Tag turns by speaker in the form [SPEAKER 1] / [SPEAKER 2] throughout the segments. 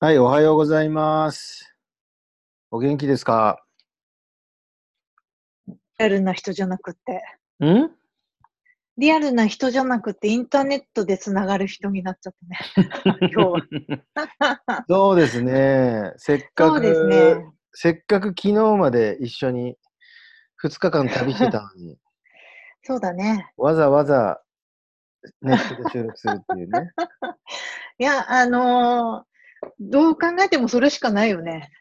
[SPEAKER 1] はい、おはようございます。お元気ですか
[SPEAKER 2] リアルな人じゃなくて、
[SPEAKER 1] ん
[SPEAKER 2] リアルな人じゃなくて、インターネットでつながる人になっちゃったね、今日は。
[SPEAKER 1] そうですね。せっか
[SPEAKER 2] そう
[SPEAKER 1] く、
[SPEAKER 2] ですね。
[SPEAKER 1] せっかく昨日まで一緒に2日間旅してたの に、
[SPEAKER 2] そうだね。
[SPEAKER 1] わざわざネットで収録するっていうね。
[SPEAKER 2] いや、あのーどう考えてもそれしかないよね。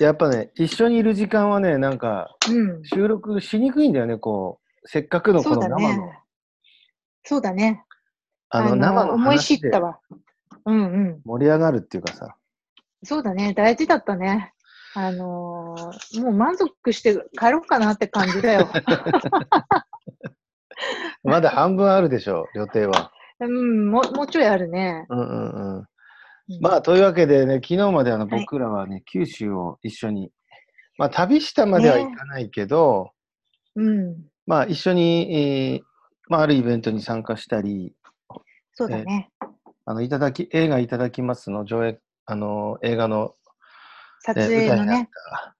[SPEAKER 1] やっぱね、一緒にいる時間はね、なんか
[SPEAKER 2] うん。
[SPEAKER 1] 収録しにくいんだよね、こう。せっかくの
[SPEAKER 2] そ
[SPEAKER 1] こ
[SPEAKER 2] う
[SPEAKER 1] の
[SPEAKER 2] だ
[SPEAKER 1] 生
[SPEAKER 2] ね
[SPEAKER 1] の、。
[SPEAKER 2] そうだね。
[SPEAKER 1] あの生の
[SPEAKER 2] 思い
[SPEAKER 1] 話
[SPEAKER 2] 知っ
[SPEAKER 1] で
[SPEAKER 2] たわ。うんうん。
[SPEAKER 1] 盛り上がるっていうかさ。
[SPEAKER 2] そうだね。大事だったね。あのーもう満足して帰ろうかなって感じ だよ。
[SPEAKER 1] まだ半分あるでしょう、予定は。
[SPEAKER 2] うん、もうもうちょいあるね。
[SPEAKER 1] うんうんうん。
[SPEAKER 2] うん
[SPEAKER 1] まあ、というわけでね、昨日まであの
[SPEAKER 2] はい
[SPEAKER 1] 僕らはね、九州を一緒に、まあ、旅したまでは
[SPEAKER 2] ねえ
[SPEAKER 1] 行かないけど、
[SPEAKER 2] うん。
[SPEAKER 1] まあ、一緒に、えーまあ、あるイベントに参加したり、
[SPEAKER 2] そうだね。
[SPEAKER 1] あのいただき映画いただきますの上映あの映画の、
[SPEAKER 2] 撮
[SPEAKER 1] ね
[SPEAKER 2] 影のね、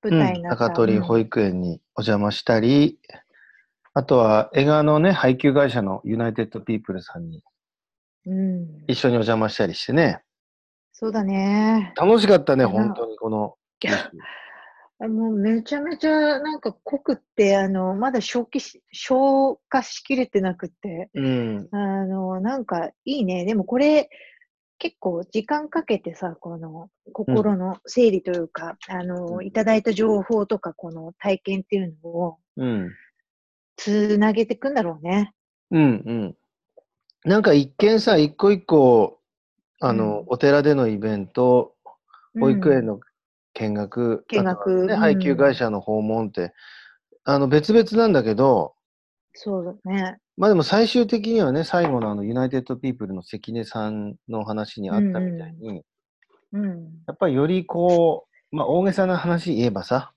[SPEAKER 1] 舞
[SPEAKER 2] 舞台
[SPEAKER 1] 台
[SPEAKER 2] に
[SPEAKER 1] に
[SPEAKER 2] な
[SPEAKER 1] なった
[SPEAKER 2] っ
[SPEAKER 1] た、うん高取保育園にお邪魔したり、あとは映画のね、配給会社のユナイテッドピープルさんに
[SPEAKER 2] うん。
[SPEAKER 1] 一緒にお邪魔したりしてね、
[SPEAKER 2] そうだね。
[SPEAKER 1] 楽しかったね、
[SPEAKER 2] いや
[SPEAKER 1] 本当にこの九州。
[SPEAKER 2] あもうめちゃめちゃなんか濃くって、あの、まだ消化し、消化しきれてなくって、
[SPEAKER 1] うん、
[SPEAKER 2] あの、なんかいいね。でもこれ、結構時間かけてさ、この心の整理というか、あの、いただいた情報とか、この体験っていうのを
[SPEAKER 1] うん。
[SPEAKER 2] つなげていくんだろうね。
[SPEAKER 1] うんうん。なんか一見さ、一個一個、あの、
[SPEAKER 2] うん
[SPEAKER 1] お寺でのイベント、保育園
[SPEAKER 2] の。
[SPEAKER 1] の見学、
[SPEAKER 2] 見
[SPEAKER 1] あとは
[SPEAKER 2] 学
[SPEAKER 1] ね、
[SPEAKER 2] うん
[SPEAKER 1] 配給会社の訪問って、あの、別々なんだけど、
[SPEAKER 2] そうだね。
[SPEAKER 1] まあでも最終的にはね、最後のあの、ユナイテッドピープルの関根さんの話にあったみたいに、
[SPEAKER 2] うん。
[SPEAKER 1] やっぱりよりこう、まあ大げさな話言えばさ、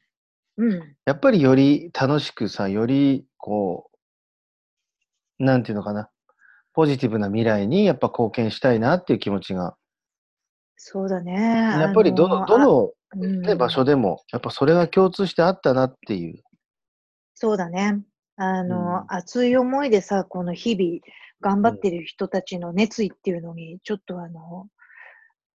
[SPEAKER 2] うん。
[SPEAKER 1] やっぱりより楽しくさ、よりこう、なんていうのかな、ポジティブな未来にやっぱ貢献したいなっていう気持ちが、
[SPEAKER 2] そうだね。
[SPEAKER 1] やっぱりどの、どの、ね、場所
[SPEAKER 2] で
[SPEAKER 1] でも、やっぱそれが共通してあったなっていう。
[SPEAKER 2] そうだね。あの、
[SPEAKER 1] うん
[SPEAKER 2] 熱い思いでさ、この日々頑張ってる人たちの熱意っていうのに、ちょっとあの、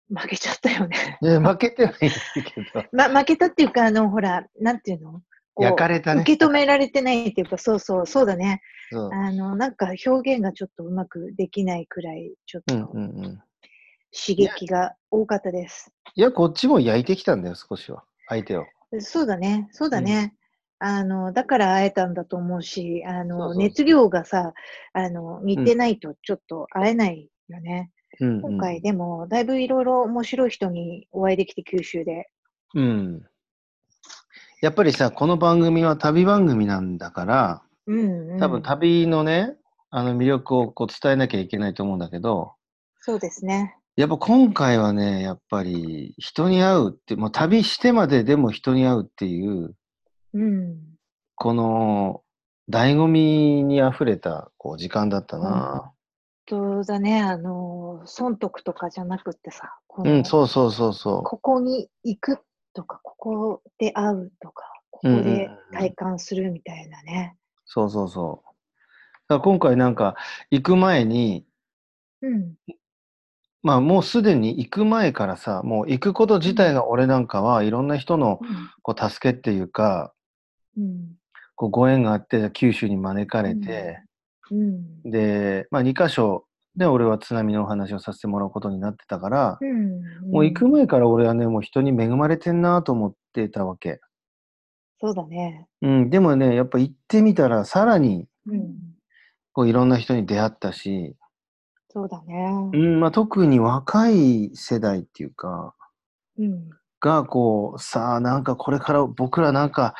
[SPEAKER 2] 負けちゃった よね。
[SPEAKER 1] ね、負けてはいないけ ど、
[SPEAKER 2] ま、負けたっていうか、あの、ほら、なんていうのこう
[SPEAKER 1] 焼かれたね。
[SPEAKER 2] 受け止められてないっていうか、そうそう、そうだね。
[SPEAKER 1] そう
[SPEAKER 2] あの、なんか表現がちょっとうまくできないくらい、ちょっ
[SPEAKER 1] う
[SPEAKER 2] と
[SPEAKER 1] んうんうん。
[SPEAKER 2] 刺激が多かったです。
[SPEAKER 1] いや、こっちも焼いてきたんだよ、少しは。相手を。
[SPEAKER 2] そうだね、そうだね。あの、だから会えたんだと思うし、
[SPEAKER 1] そ
[SPEAKER 2] あの、
[SPEAKER 1] うそうそう
[SPEAKER 2] 熱量がさ、あの、似てないとちょっと会えないよね。
[SPEAKER 1] うん、うん。
[SPEAKER 2] 今回でも、だいぶいろいろ面白い人にお会いできて、九州で。
[SPEAKER 1] うん。やっぱりさ、この番組は旅番組なんだから、
[SPEAKER 2] うん、うん。
[SPEAKER 1] 多分旅のね、あの魅力をこう伝えなきゃいけないと思うんだけど、
[SPEAKER 2] そうですね。
[SPEAKER 1] やっぱ今回はね、やっぱり人に会うって、もう旅してまででも人に会うっていう、
[SPEAKER 2] うん。
[SPEAKER 1] この醍醐味に溢れたこう時間だったな、
[SPEAKER 2] そうだね、あの、損得とかじゃなくってさ、こ
[SPEAKER 1] う
[SPEAKER 2] の
[SPEAKER 1] ん。そうそうそうそ
[SPEAKER 2] ここに行くとか、ここで会うとか、こ
[SPEAKER 1] うんうん
[SPEAKER 2] こ
[SPEAKER 1] うんうん
[SPEAKER 2] で体感するみたいなね。
[SPEAKER 1] う。そうそうそう。だから今回なんか行く前に、
[SPEAKER 2] うん。
[SPEAKER 1] まあもうすでに行く前からさ、もう行くこと自体が俺なんかはいろんな人のこう助けっていうか、
[SPEAKER 2] うん。
[SPEAKER 1] こうご縁があって九州に招かれて、
[SPEAKER 2] うん。
[SPEAKER 1] で、まあ、2箇所で俺は津波のお話をさせてもらうことになってたから、
[SPEAKER 2] うん
[SPEAKER 1] もう行く前から俺はねもう人に恵まれてんなと思ってたわけ、
[SPEAKER 2] そうだね。
[SPEAKER 1] うん、でもねやっぱ行ってみたらさらに
[SPEAKER 2] うん。
[SPEAKER 1] こういろんな人に出会ったし、
[SPEAKER 2] そうだね。
[SPEAKER 1] うんまあ、特に若い世代っていうか
[SPEAKER 2] うん。
[SPEAKER 1] がこうさあなんかこれから僕らなんか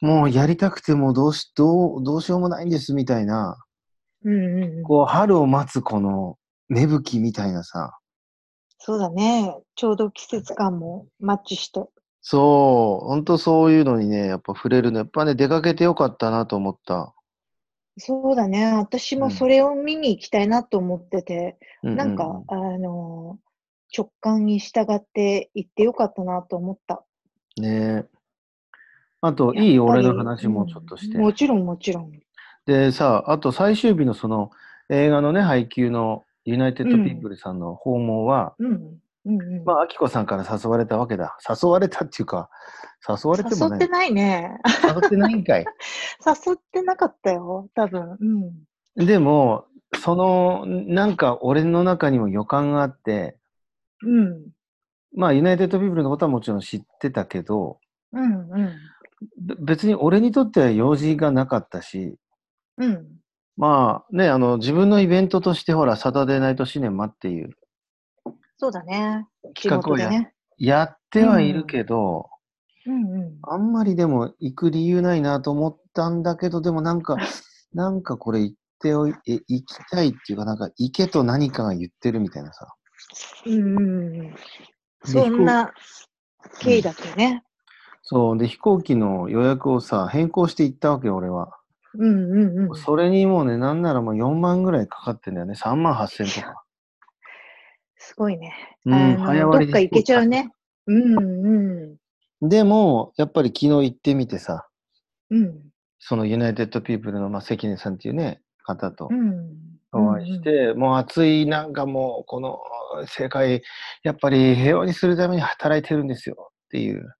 [SPEAKER 1] もうやりたくてもどうしどうどうしようもないんですみたいな
[SPEAKER 2] うんうんうん。
[SPEAKER 1] こう春を待つこの芽吹きみたいなさ、
[SPEAKER 2] そうだね。ちょうど季節感もマッチして。
[SPEAKER 1] そう、本当そういうのにね、やっぱ触れるの、やっぱね、出かけてよかったなと思った。
[SPEAKER 2] そうだね。私
[SPEAKER 1] う
[SPEAKER 2] も
[SPEAKER 1] ん
[SPEAKER 2] それを見に行きたいなと思ってて、
[SPEAKER 1] ううう
[SPEAKER 2] なんか、あのー直感に従って行ってよかったなと思った。
[SPEAKER 1] ねえ。あと、
[SPEAKER 2] やっぱり
[SPEAKER 1] いい俺の話もちょっとして。
[SPEAKER 2] うんもちろんもちろん。
[SPEAKER 1] でさ、あと最終日のその映画のね、配給のユナイテッド・ピープルさんの訪問は、
[SPEAKER 2] うん。うんうん、
[SPEAKER 1] まあ、アキコさんから誘われたわけだ。誘われたっていうか、誘われても
[SPEAKER 2] 誘って
[SPEAKER 1] ね、
[SPEAKER 2] ないね。
[SPEAKER 1] 誘ってないんかい。
[SPEAKER 2] 誘ってなかったよ、多分。うん。
[SPEAKER 1] でも、その、なんか俺の中にも予感があって、
[SPEAKER 2] うん。
[SPEAKER 1] まあ、ユナイテッド・ピープルのことはもちろん知ってたけど、
[SPEAKER 2] うんうん。
[SPEAKER 1] べ別に俺にとっては用事がなかったし、
[SPEAKER 2] うん。
[SPEAKER 1] まあね、あの、自分のイベントとして、ほら、サタデーナイトシネマっていう、
[SPEAKER 2] そうだね。仕
[SPEAKER 1] 企画
[SPEAKER 2] 事
[SPEAKER 1] を
[SPEAKER 2] で
[SPEAKER 1] や,、
[SPEAKER 2] ね。
[SPEAKER 1] やってはいるけど、
[SPEAKER 2] うんうん。
[SPEAKER 1] あんまりでも行く理由ないなと思ったんだけど、でもなんか、なんかこれ行っておい、え行きたいっていうか、なんか行けと何かが言ってるみたいなさ。
[SPEAKER 2] うんうんうん。
[SPEAKER 1] で
[SPEAKER 2] そんな経緯だったよね。
[SPEAKER 1] そう。で、飛行機の予約をさ、変更して行ったわけよ、俺は。
[SPEAKER 2] うんうんうん。
[SPEAKER 1] それにもうね、なんならもう4万ぐらいかかってんだよね。3万8千とか。
[SPEAKER 2] すごいね。
[SPEAKER 1] うん
[SPEAKER 2] あの
[SPEAKER 1] 早割
[SPEAKER 2] ど
[SPEAKER 1] りで飛行
[SPEAKER 2] っか
[SPEAKER 1] 機
[SPEAKER 2] 行けちゃうね。うんうん。
[SPEAKER 1] でも、やっぱり昨日行ってみてさ、
[SPEAKER 2] うん。
[SPEAKER 1] そのユナイテッドピープルの、まあ、関根さんっていうね、方と
[SPEAKER 2] うん。
[SPEAKER 1] お会いして、もう暑い、なんかもう、この世界、やっぱり平和にするために働いてるんですよっていう。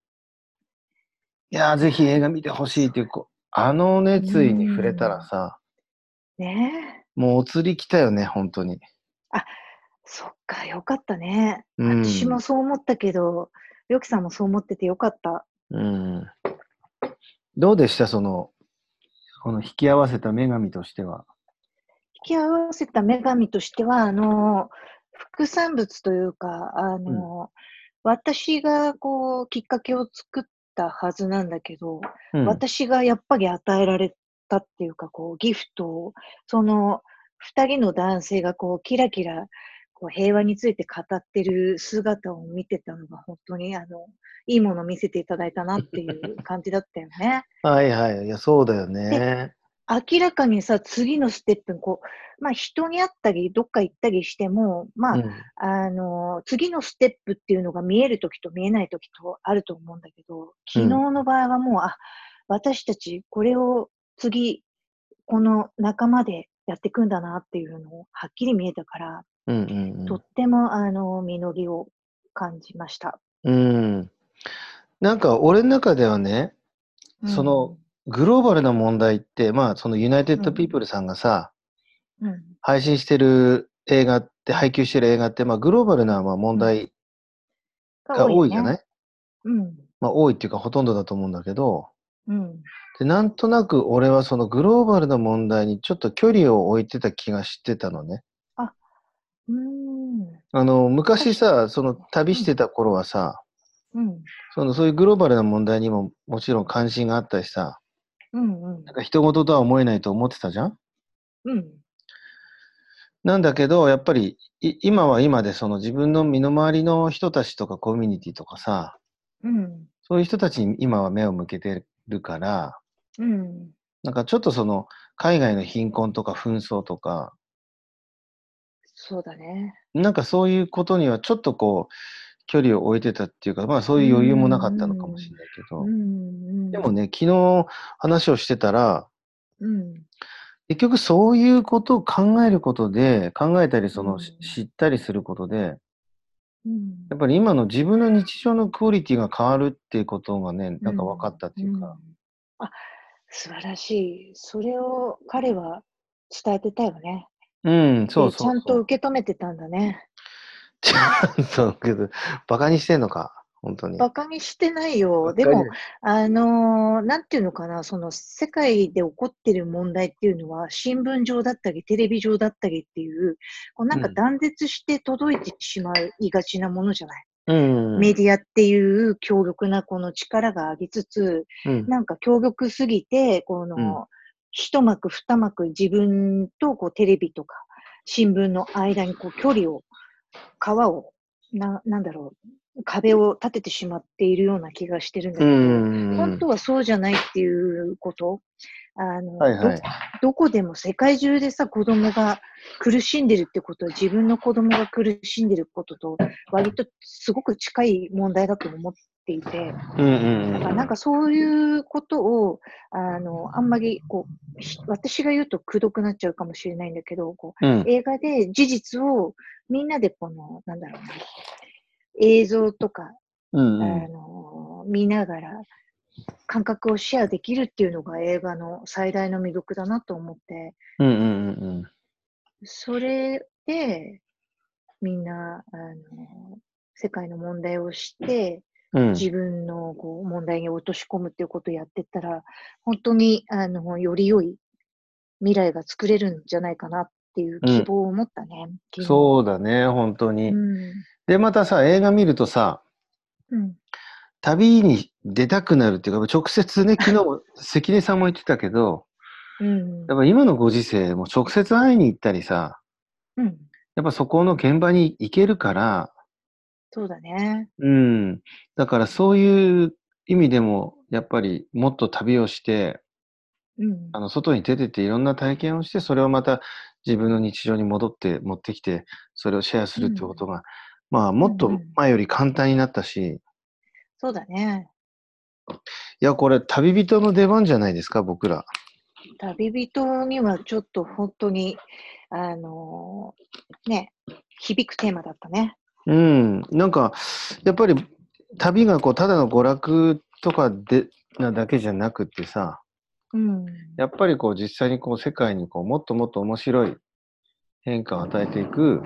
[SPEAKER 1] いやー、ぜひ映画見てほしいっていう、こうあの熱意に触れたらさ、
[SPEAKER 2] うんうん。ねえ。
[SPEAKER 1] もうお釣り来たよね、本当に。
[SPEAKER 2] そっか、よかったね。
[SPEAKER 1] うん。
[SPEAKER 2] 私もそう思ったけど、りょきさんもそう思っててよかった。
[SPEAKER 1] うん。どうでした、その、この引き合わせた女神としては。
[SPEAKER 2] 引き合わせた女神としては、あの、副産物というか、あの、私がこう、きっかけを作ったはずなんだけど、
[SPEAKER 1] うん、
[SPEAKER 2] 私がやっぱり与えられたっていうか、こう、ギフトを、その、二人の男性がこう、キラキラ、こう、平和について語ってる姿を見てたのが、本当に、あの、いいものを見せていただいたなっていう感じだったよね。
[SPEAKER 1] はいはい。いや、そうだよね。
[SPEAKER 2] 明らかにさ、次のステップに、こう、まあ、人に会ったり、どっか行ったりしても、まあ、
[SPEAKER 1] うん
[SPEAKER 2] あの、次のステップっていうのが見えるときと見えないときとあると思うんだけど、昨日の場合はもう、あ、私たちこれを次、この仲間でやっていくんだなっていうのをはっきり見えたから、
[SPEAKER 1] うんうんうん
[SPEAKER 2] とっても、あの、実りを感じました。
[SPEAKER 1] うん。なんか俺の中ではね、そのグローバルな問題って、まあそのユナイテッド・ピープルさんがさ、
[SPEAKER 2] うん、うん、
[SPEAKER 1] 配信してる映画って、配給してる映画って、まあグローバルなまあ問題が多いじゃない、
[SPEAKER 2] ねうん、
[SPEAKER 1] まあ多いっていうかほとんどだと思うんだけど、
[SPEAKER 2] うん。
[SPEAKER 1] でなんとなく俺はそのグローバルな問題にちょっと距離を置いてた気がしてたのね。
[SPEAKER 2] うーん、
[SPEAKER 1] あの、昔さ、その旅してた頃はさ、
[SPEAKER 2] うん、
[SPEAKER 1] そのそういうグローバルな問題にももちろん関心があったしさ、
[SPEAKER 2] うん、うん
[SPEAKER 1] なんか人事とは思えないと思ってたじゃん
[SPEAKER 2] うん、
[SPEAKER 1] なんだけど、やっぱりい今は今でその自分の身の回りの人たちとかコミュニティとかさ、
[SPEAKER 2] うん、
[SPEAKER 1] そういう人たちに今は目を向けてるから、
[SPEAKER 2] うん。
[SPEAKER 1] なんかちょっとその海外の貧困とか紛争とか、
[SPEAKER 2] そうだね。
[SPEAKER 1] なんかそういうことにはちょっとこう、距離を置いてたっていうか、まあそういう余裕もなかったのかもしれないけ
[SPEAKER 2] う
[SPEAKER 1] ど
[SPEAKER 2] ん、、うん。
[SPEAKER 1] でも、ね、昨日話をしてたら、
[SPEAKER 2] うん。
[SPEAKER 1] 結局そういうことを考えることで、考えたりその、
[SPEAKER 2] うん
[SPEAKER 1] 知ったりすることで、
[SPEAKER 2] うん
[SPEAKER 1] やっぱり今の自分の日常のクオリティが変わるっていうことがね、なんか分かったっていうか、
[SPEAKER 2] んあ素晴らしい。それを彼は伝えてたよね。
[SPEAKER 1] うん、そうそうそう。
[SPEAKER 2] でちゃんと受け止めてたんだね。
[SPEAKER 1] ちゃんと受けど、 バカにしてんのか、本当に。
[SPEAKER 2] バカにしてないよ。でも、、あのーなんていうのかな、その世界で起こってる問題っていうのは、新聞上だったり、テレビ上だったりっていう、こうなんか
[SPEAKER 1] うん
[SPEAKER 2] 断絶して届いてしまいがちなものじゃない。
[SPEAKER 1] うん、
[SPEAKER 2] メディアっていう強力なこの力がありつつ、
[SPEAKER 1] うん、
[SPEAKER 2] なんか強力すぎて、この、
[SPEAKER 1] うん
[SPEAKER 2] 一幕二幕自分とこうテレビとか新聞の間にこう距離を、川を、な、なんだろう、壁を立ててしまっているような気がしてるんだけ
[SPEAKER 1] う
[SPEAKER 2] ど、
[SPEAKER 1] ん、
[SPEAKER 2] 本当はそうじゃないっていうことあの、
[SPEAKER 1] はいはい
[SPEAKER 2] どどこでも世界中でさ、子供が苦しんでるってことは、自分の子供が苦しんでることと、割とすごく近い問題だと思っていて、
[SPEAKER 1] うんうん
[SPEAKER 2] だ
[SPEAKER 1] う
[SPEAKER 2] か
[SPEAKER 1] ん
[SPEAKER 2] らなんかそういうことを、あの、あんまり、こう、ひ私が言うとくどくなっちゃうかもしれないんだけど、こう、
[SPEAKER 1] うん
[SPEAKER 2] 映画で事実をみんなでこの、なんだろうな、映像とか、
[SPEAKER 1] うんう
[SPEAKER 2] あ
[SPEAKER 1] ん
[SPEAKER 2] の見ながら感覚をシェアできるっていうのが映画の最大の魅力だなと思って、
[SPEAKER 1] うんうんうん
[SPEAKER 2] それでみんな、あの世界の問題を知って、
[SPEAKER 1] うん
[SPEAKER 2] 自分のこう問題に落とし込むっていうことをやってったら、本当にあのより良い未来が作れるんじゃないかなっていう希望を持ったね。
[SPEAKER 1] うん
[SPEAKER 2] う。
[SPEAKER 1] そうだね本当
[SPEAKER 2] う
[SPEAKER 1] に、
[SPEAKER 2] ん。
[SPEAKER 1] でまたさ映画見るとさ
[SPEAKER 2] うん。
[SPEAKER 1] 旅に出たくなるっていうか直接ね昨日も関根さんも言ってたけど
[SPEAKER 2] うん
[SPEAKER 1] や。っぱ今のご時世も直接会いに行ったりさ
[SPEAKER 2] うん。
[SPEAKER 1] やっぱそこの現場に行けるから
[SPEAKER 2] そうだね。
[SPEAKER 1] うんだからそういう意味でもやっぱりもっと旅をして
[SPEAKER 2] うん
[SPEAKER 1] あ。の外に出てっていろんな体験をしてそれをまた自分の日常に戻って持ってきてそれをシェアするってことが、まあもっ
[SPEAKER 2] うんう
[SPEAKER 1] と
[SPEAKER 2] ん
[SPEAKER 1] 前より簡単になったし、い
[SPEAKER 2] そうだね。
[SPEAKER 1] やこれ旅人の出番じゃないですか僕ら。
[SPEAKER 2] 旅人にはちょっと本当に、あのーね、響くテーマだったね。
[SPEAKER 1] うん、なんかやっぱり旅がこうただの娯楽とかでなだけじゃなくってさ
[SPEAKER 2] うん。
[SPEAKER 1] やっぱりこう実際にこう世界にこうもっともっと面白い変化を与えていく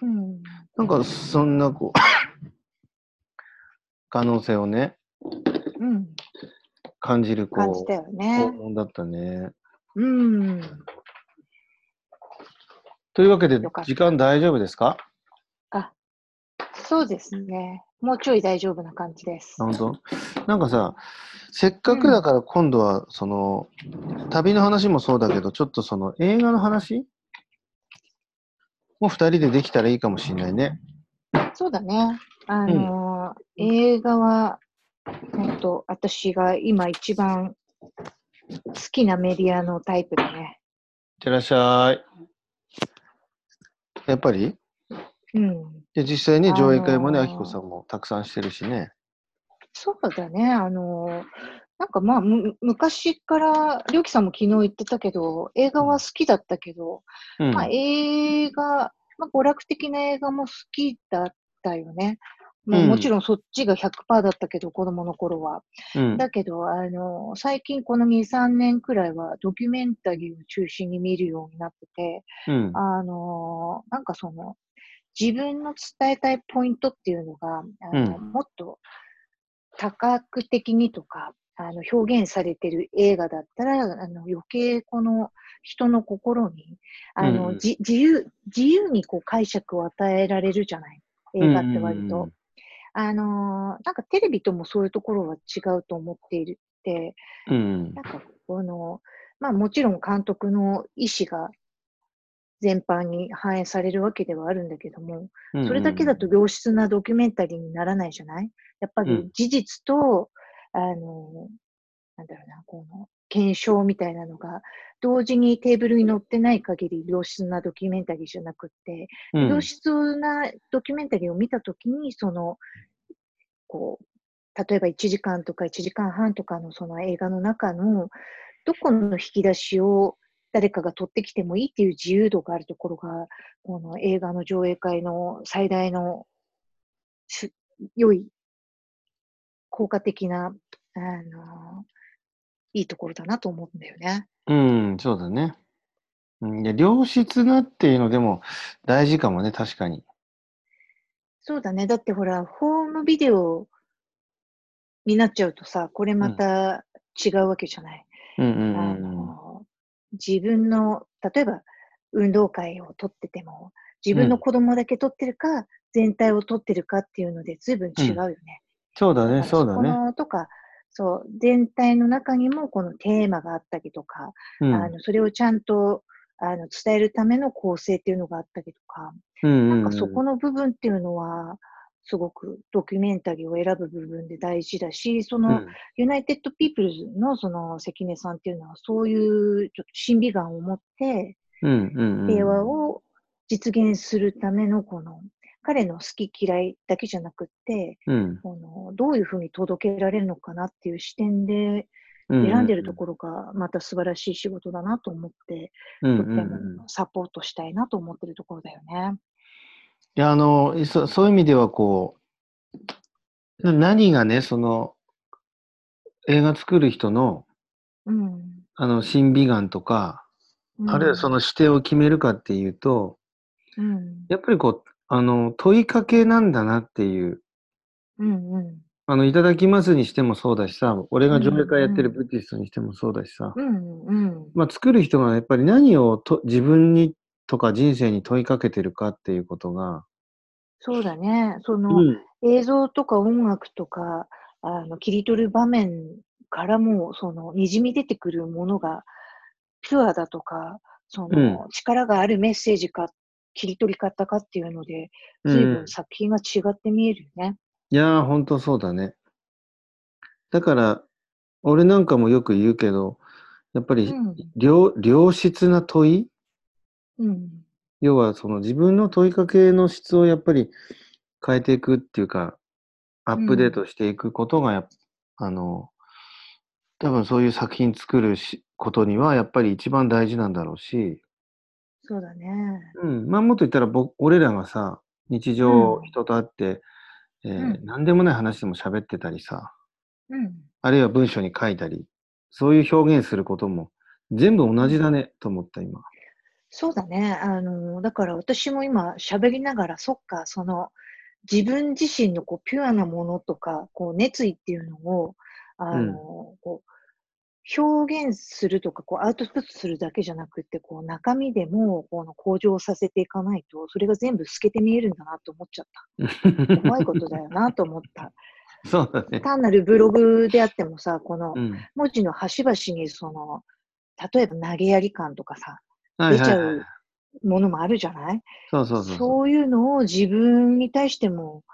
[SPEAKER 2] うん。
[SPEAKER 1] なんかそんなこう可能性をね
[SPEAKER 2] うん。
[SPEAKER 1] 感じるこう
[SPEAKER 2] 感じたよね
[SPEAKER 1] 訪。問だったね。
[SPEAKER 2] うん。
[SPEAKER 1] というわけで
[SPEAKER 2] よかった
[SPEAKER 1] 時間大丈夫ですか
[SPEAKER 2] そうですね。もうちょい大丈夫な感じです。
[SPEAKER 1] あ本当なんかさせっかくだから今度はその、旅の話もそうだけどちょっとその映画の話もう2人でできたらいいかもしれないね。
[SPEAKER 2] そうだね。あのー映画は、本当私が今一番好きなメディアのタイプだね。
[SPEAKER 1] いってらっしゃい。やっぱり
[SPEAKER 2] うん。
[SPEAKER 1] で実際ね
[SPEAKER 2] あのー
[SPEAKER 1] 上映会もね、あきこさんもたくさんしてるしね。
[SPEAKER 2] そうだね、あの、なんかまあ、む昔から、りょうきさんも昨日言ってたけど、映画は好きだったけど、
[SPEAKER 1] うん、
[SPEAKER 2] まあ、映画、まあ、娯楽的な映画も好きだったよね。もう
[SPEAKER 1] うん
[SPEAKER 2] もちろんそっちが100%だったけど、子供の頃は。
[SPEAKER 1] うん
[SPEAKER 2] だけど、あの、最近この2、3年くらいはドキュメンタリーを中心に見るようになってて、
[SPEAKER 1] うん
[SPEAKER 2] あのーなんかその、自分の伝えたいポイントっていうのが、あの
[SPEAKER 1] う
[SPEAKER 2] もっと多角的にとか、あの表現されてる映画だったら、あの余計この人の心に、あの、
[SPEAKER 1] うん
[SPEAKER 2] じ自由、自由にこう解釈を与えられるじゃない映画って割と。あのーなんかテレビともそういうところは違うと思っているって、
[SPEAKER 1] うんうん
[SPEAKER 2] なんか、この、まあもちろん監督の意思が全般に反映されるわけではあるんだけども、
[SPEAKER 1] うん
[SPEAKER 2] それだけだと良質なドキュメンタリーにならないじゃないやっぱ
[SPEAKER 1] う
[SPEAKER 2] り
[SPEAKER 1] ん
[SPEAKER 2] 事実と、あの、なんだろうな、この、検証みたいなのが、同時にテーブルに載ってない限り良質なドキュメンタリーじゃなくって、
[SPEAKER 1] うん
[SPEAKER 2] 良質なドキュメンタリーを見たときに、その、こう、例えば1時間とか1時間半とかのその映画の中の、どこの引き出しを誰かが取ってきてもいいっていう自由度があるところが、この映画の上映会の最大のし良い、効果的な、あの、いいところだなと思うんだよね。
[SPEAKER 1] うん、そうだね。うん、で良質なっていうのでも大事かもね、確かに。
[SPEAKER 2] そうだね。だってほら、ホームビデオになっちゃうとさ、これまた違うわけじゃない。
[SPEAKER 1] うんうん
[SPEAKER 2] あ
[SPEAKER 1] うんうん。
[SPEAKER 2] の自分の、例えば運動会を撮ってても、自分の子供だけ撮ってるか、全体を撮ってるかっていうので、随分違うよね。
[SPEAKER 1] そうだね、
[SPEAKER 2] だから
[SPEAKER 1] そうだ
[SPEAKER 2] そ
[SPEAKER 1] ね
[SPEAKER 2] こ。のとか、そう、全体の中にもこのテーマがあったりとか、
[SPEAKER 1] うん
[SPEAKER 2] あのそれをちゃんとあの伝えるための構成っていうのがあったりとか、
[SPEAKER 1] うんうんう
[SPEAKER 2] なん
[SPEAKER 1] ん
[SPEAKER 2] かそこの部分っていうのは、すごくドキュメンタリーを選ぶ部分で大事だし、そうの、
[SPEAKER 1] ん。
[SPEAKER 2] ユナイテッドピープルズのその関根さんっていうのは、そういうちょっと審美眼を持って、
[SPEAKER 1] うん。うん。
[SPEAKER 2] 平和を実現するための、この、彼の好き嫌いだけじゃなくって、
[SPEAKER 1] うん。
[SPEAKER 2] このどういうふうに届けられるのかなっていう視点で
[SPEAKER 1] うん。
[SPEAKER 2] 選んでるところがまた素晴らしい仕事だなと思って、
[SPEAKER 1] ろ。うん。
[SPEAKER 2] と
[SPEAKER 1] う
[SPEAKER 2] っ
[SPEAKER 1] ん
[SPEAKER 2] て
[SPEAKER 1] うんうん。
[SPEAKER 2] もサポートしたいなと思ってるところだよね。
[SPEAKER 1] いや、あの、そそういう意味では、こう、な何がね、その、映画作る人の、
[SPEAKER 2] うん。
[SPEAKER 1] あの、審美眼とか、あるいはその視点を決めるかっていうと、
[SPEAKER 2] うん、
[SPEAKER 1] やっぱりこう、あの、問いかけなんだなっていう、
[SPEAKER 2] うん、うんうん。
[SPEAKER 1] あの、いただきますにしてもそうだしさ、俺が上映会やってる
[SPEAKER 2] うん
[SPEAKER 1] ブティストにしてもそうだしさ
[SPEAKER 2] う、ん、うん。
[SPEAKER 1] まあ、作る人がやっぱり何をと自分にとか人生に問いかけてるかっていうことが、
[SPEAKER 2] そうだね。その、
[SPEAKER 1] うん、
[SPEAKER 2] 映像とか音楽とか、あの、切り取る場面からも、その、滲み出てくるものが、ピュアだとか、その、力があるメッセージか、切り取り方かっていうので、随
[SPEAKER 1] うん
[SPEAKER 2] 分作品が違って見えるよね。
[SPEAKER 1] いやー、ほんとそうだね。だから、俺なんかもよく言うけど、やっぱり
[SPEAKER 2] うん
[SPEAKER 1] 良、良質な問い
[SPEAKER 2] うん。
[SPEAKER 1] 要はその自分の問いかけの質をやっぱり変えていくっていうか、アップデートしていくことがやっ、あの、多分そういう作品作るしことにはやっぱり一番大事なんだろうし、
[SPEAKER 2] そうだね。
[SPEAKER 1] うん、まあもっと言ったら僕、俺らがさ、日常
[SPEAKER 2] うん
[SPEAKER 1] 人と会って、えー
[SPEAKER 2] うん
[SPEAKER 1] 何でもない話でも喋ってたりさ、
[SPEAKER 2] うん。
[SPEAKER 1] あるいは文章に書いたり、そういう表現することも全部同じだねと思った今。
[SPEAKER 2] そうだね。あの、だから私も今喋りながら、そっか、その、自分自身のこうピュアなものとか、こう熱意っていうのを、あ
[SPEAKER 1] う
[SPEAKER 2] の、
[SPEAKER 1] ん
[SPEAKER 2] こう、表現するとか、こうアウトプットするだけじゃなくて、こう中身でも、この向上させていかないと、それが全部透けて見えるんだなと思っちゃ った。怖いことだよなと思った。
[SPEAKER 1] そうだね。
[SPEAKER 2] 単なるブログであってもさ、この
[SPEAKER 1] うん。
[SPEAKER 2] 文字の端々に、その、例えば投げやり感とかさ、
[SPEAKER 1] はい
[SPEAKER 2] 出
[SPEAKER 1] は
[SPEAKER 2] ちゃ
[SPEAKER 1] い、は
[SPEAKER 2] う
[SPEAKER 1] い。
[SPEAKER 2] ものもあるじゃない
[SPEAKER 1] そうそうそうそう。
[SPEAKER 2] そういうのを自分に対しても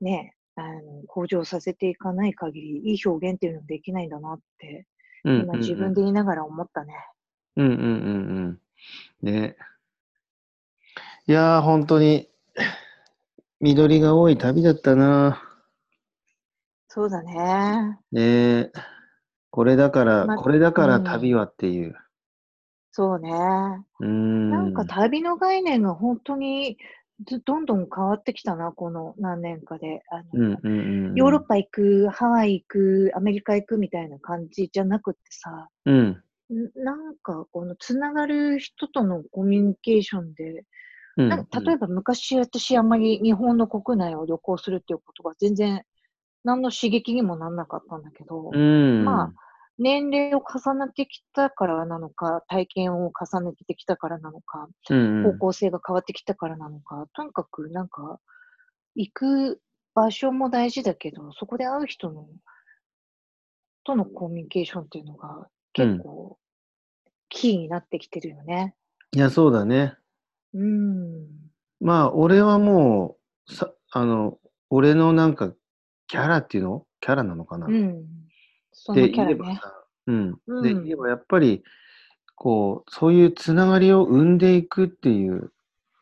[SPEAKER 2] ね、あの向上させていかない限り、いい表現っていうのはできないんだなって、
[SPEAKER 1] うんうん
[SPEAKER 2] 今自分で言いながら思ったね。
[SPEAKER 1] うんうんうんうん。ね。いやー、本当に、緑が多い旅だったな。
[SPEAKER 2] そうだね。
[SPEAKER 1] ねこれだから、
[SPEAKER 2] ま
[SPEAKER 1] これだから
[SPEAKER 2] うん
[SPEAKER 1] 旅はっていう。
[SPEAKER 2] そうね。
[SPEAKER 1] うーん。
[SPEAKER 2] なんか旅の概念が本当にずどんどん変わってきたな、この何年かで。あの
[SPEAKER 1] うんうんうんうん。
[SPEAKER 2] ヨーロッパ行く、ハワイ行く、アメリカ行くみたいな感じじゃなくってさ、
[SPEAKER 1] うん。
[SPEAKER 2] んなんかこのつながる人とのコミュニケーションで、
[SPEAKER 1] うん。
[SPEAKER 2] なんか例えば昔私あんまり日本の国内を旅行するっていうことが全然何の刺激にもなんなかったんだけど、
[SPEAKER 1] うん。
[SPEAKER 2] まあ年齢を重ねてきたからなのか、体験を重ねてきたからなのか、
[SPEAKER 1] うんう
[SPEAKER 2] 方
[SPEAKER 1] ん、
[SPEAKER 2] 向性が変わってきたからなのか、とにかくなんか行く場所も大事だけど、そこで会う人のとのコミュニケーションっていうのが結構キーになってきてるよね。
[SPEAKER 1] いや、そうだね。
[SPEAKER 2] うん。
[SPEAKER 1] まあ、俺はもう、さ、あの、俺のなんか、キャラっていうのキャラなのかな、
[SPEAKER 2] うん。そ
[SPEAKER 1] で
[SPEAKER 2] のキャ
[SPEAKER 1] 言え
[SPEAKER 2] ラ
[SPEAKER 1] ば
[SPEAKER 2] ね。
[SPEAKER 1] さ、うん。
[SPEAKER 2] う
[SPEAKER 1] で、
[SPEAKER 2] ん
[SPEAKER 1] 言えばやっぱり、こう、そういうつながりを生んでいくっていう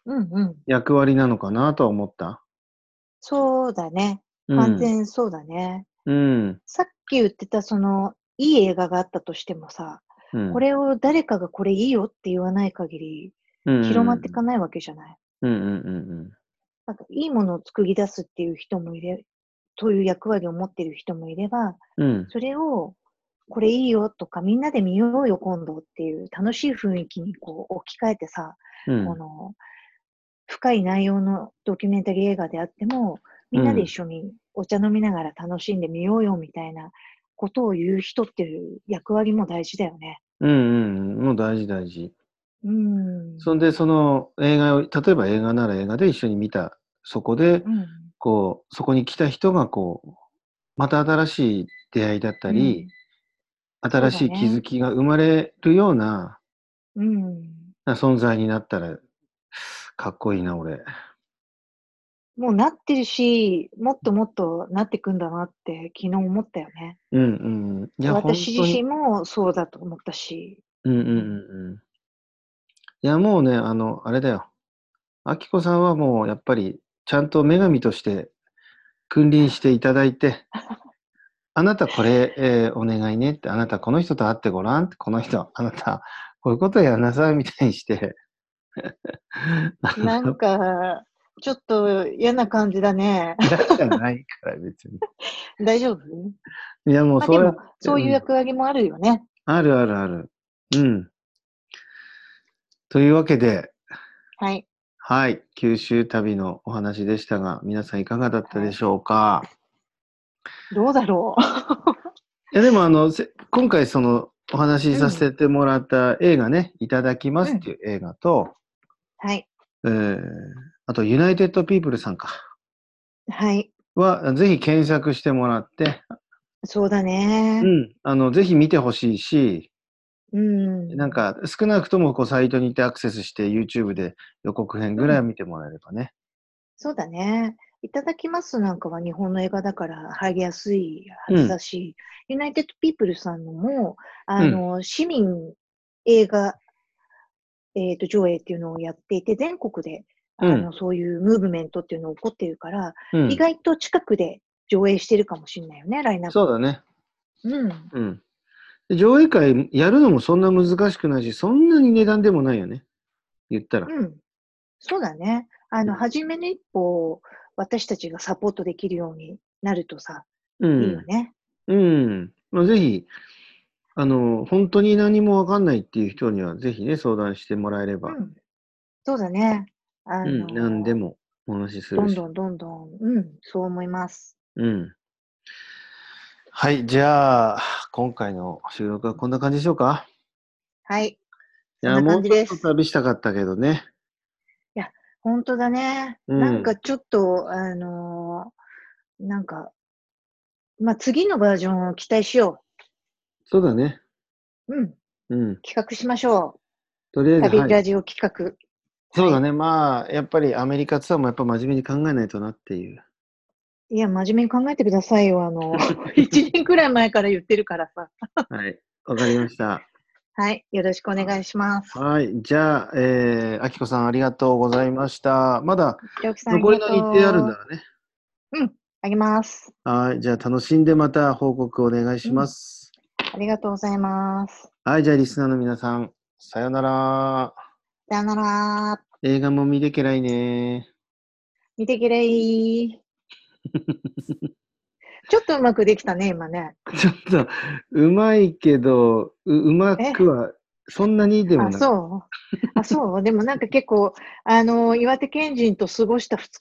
[SPEAKER 2] うんうん。
[SPEAKER 1] 役割なのかなとは思った。
[SPEAKER 2] そうだね。
[SPEAKER 1] うん。
[SPEAKER 2] 完全そうだね。
[SPEAKER 1] うん。
[SPEAKER 2] さっき言ってた、その、いい映画があったとしてもさ、
[SPEAKER 1] うん。
[SPEAKER 2] これを誰かがこれいいよって言わない限り、
[SPEAKER 1] うん、
[SPEAKER 2] 広まっていか
[SPEAKER 1] な
[SPEAKER 2] ないわけじゃない。
[SPEAKER 1] うんうんうん
[SPEAKER 2] なんか、いいものを作り出すっていう人もいれ、という役割を持ってる人もいれば、
[SPEAKER 1] うん。うん。
[SPEAKER 2] それを、これいいよとか、みんなで見ようよ、今度っていう楽しい雰囲気にこう置き換えてさ、
[SPEAKER 1] うん
[SPEAKER 2] この深い内容のドキュメンタリー映画であっても、みんなで一緒にお茶飲みながら楽しんでみようよみたいなことを言う人っていう役割も大事だよね。
[SPEAKER 1] うんうんうん。もう大事大事。
[SPEAKER 2] うん。
[SPEAKER 1] そんで、その映画を、例えば映画なら映画で一緒に見た、そこで
[SPEAKER 2] う、ん。
[SPEAKER 1] こう、そこに来た人が、こう、また新しい出会いだったり、新しい気づきが生まれるような
[SPEAKER 2] うん。
[SPEAKER 1] な存在になったら、かっこいいな、俺。
[SPEAKER 2] もうなってるし、もっともっとなってくんだなって昨日思ったよね。
[SPEAKER 1] うんうん。いや、本
[SPEAKER 2] 私
[SPEAKER 1] 当
[SPEAKER 2] 自
[SPEAKER 1] に。
[SPEAKER 2] 身もそうだと思ったし。
[SPEAKER 1] うんうんうんうん。いや、もうね、あの、あれだよ。あきこさんはもう、やっぱり、ちゃんと女神として君臨していただい て、あなたこれ、えーお願いねって、あなたこの人と会ってごらんって、この人、あなた、こういうことやんなさいみたいにして。あの
[SPEAKER 2] なんか、ちょっと嫌な感じだね。
[SPEAKER 1] 嫌じゃないから、別に。
[SPEAKER 2] 大丈夫
[SPEAKER 1] いや、もう
[SPEAKER 2] まあで
[SPEAKER 1] そうや
[SPEAKER 2] も、そういう役割もあるよね。
[SPEAKER 1] あるあるある。うん。というわけで、
[SPEAKER 2] はい。
[SPEAKER 1] はい、九州旅のお話でしたが、皆さんいかがだったでしょうか。
[SPEAKER 2] どうだろう。
[SPEAKER 1] いやでもあのせ今回そのお話しさせてもらった映画ね、いただきますっていう映画と、
[SPEAKER 2] はい。
[SPEAKER 1] えーあとユナイテッドピープルさんか
[SPEAKER 2] はい。
[SPEAKER 1] はぜひ検索してもらって、
[SPEAKER 2] そうだ
[SPEAKER 1] う
[SPEAKER 2] ね。
[SPEAKER 1] ん、あのぜひ見てほしいし、
[SPEAKER 2] うん。
[SPEAKER 1] なんか少なくともこうサイトに行ってアクセスして YouTube で予告編ぐらいは見てもらえればね。
[SPEAKER 2] そうだね。いただきますなんかは日本の映画だから入りやすいはずだし、ユナイテッドピープルさんのも、あの、市民映画、えっ、と、上映っていうのをやっていて、全国で、あの、そういうムーブメントっていうのが起こってるから、
[SPEAKER 1] うん
[SPEAKER 2] 意外と近くで上映してるかもしれないよね、ラインナップ。
[SPEAKER 1] そうだね。
[SPEAKER 2] うん。
[SPEAKER 1] うん。で上映会やるのもそんな難しくないし、そんなに値段でもないよね。言ったら。
[SPEAKER 2] うん。そうだね。あの、
[SPEAKER 1] うん
[SPEAKER 2] 初めの一歩を私たちがサポートできるようになるとさ、
[SPEAKER 1] う
[SPEAKER 2] いいよ
[SPEAKER 1] ん。
[SPEAKER 2] ね。
[SPEAKER 1] うん。まあ、ぜひ、あの、本当に何もわかんないっていう人には、ぜひね、相談してもらえれ
[SPEAKER 2] う
[SPEAKER 1] ば、
[SPEAKER 2] ん。そうだね。あ
[SPEAKER 1] う
[SPEAKER 2] の
[SPEAKER 1] ん、何でもお話しす
[SPEAKER 2] ど
[SPEAKER 1] る
[SPEAKER 2] ん
[SPEAKER 1] し。
[SPEAKER 2] どんどんどん、うん、そう思います。
[SPEAKER 1] うん。はい、じゃあ、今回の収録はこんな感じでしょうか。
[SPEAKER 2] はい。
[SPEAKER 1] い
[SPEAKER 2] そ
[SPEAKER 1] や、
[SPEAKER 2] んな
[SPEAKER 1] も
[SPEAKER 2] 感
[SPEAKER 1] う
[SPEAKER 2] じ
[SPEAKER 1] ちょ
[SPEAKER 2] で
[SPEAKER 1] っ
[SPEAKER 2] す
[SPEAKER 1] と旅したかったけどね。
[SPEAKER 2] 本当だね。
[SPEAKER 1] うん
[SPEAKER 2] なんかちょっと、あのーなんか、まあ、次のバージョンを期待しよ
[SPEAKER 1] そうだね。
[SPEAKER 2] う。うん、
[SPEAKER 1] うん。
[SPEAKER 2] 企画しましょ
[SPEAKER 1] とりあ
[SPEAKER 2] う。
[SPEAKER 1] えず、
[SPEAKER 2] 旅
[SPEAKER 1] はい、
[SPEAKER 2] ラジオ企画。
[SPEAKER 1] そうだね。まあ、やっぱりアメリカツアーもやっぱ真面目に考えないとなっていう。
[SPEAKER 2] いや、真面目に考えてくださいよ。あ の、1年くらい前から言ってるからさ。
[SPEAKER 1] はい、わかりました。
[SPEAKER 2] はい。よろしくお願いします。
[SPEAKER 1] はい、じゃあ、えー、あきこさんありがとうございました。まだ
[SPEAKER 2] ひろきさん、
[SPEAKER 1] 残りの日程あるんだ
[SPEAKER 2] ありがとう
[SPEAKER 1] らね。
[SPEAKER 2] あげます。
[SPEAKER 1] はい、じゃあ楽しんでまた報告お願いします。
[SPEAKER 2] ありがとうございます。
[SPEAKER 1] はい、じゃあリスナーの皆さん、さよなら。
[SPEAKER 2] さよなら。
[SPEAKER 1] 映画も見てけらいね。
[SPEAKER 2] 見てきれい。ちょっとうまくできたね、今ね。
[SPEAKER 1] ちょっと、うまいけど、ううまくは、そんなにでもな
[SPEAKER 2] あ、
[SPEAKER 1] い。
[SPEAKER 2] そう。あ、そう。でもなんか結構、あの岩手県人と過ごした2日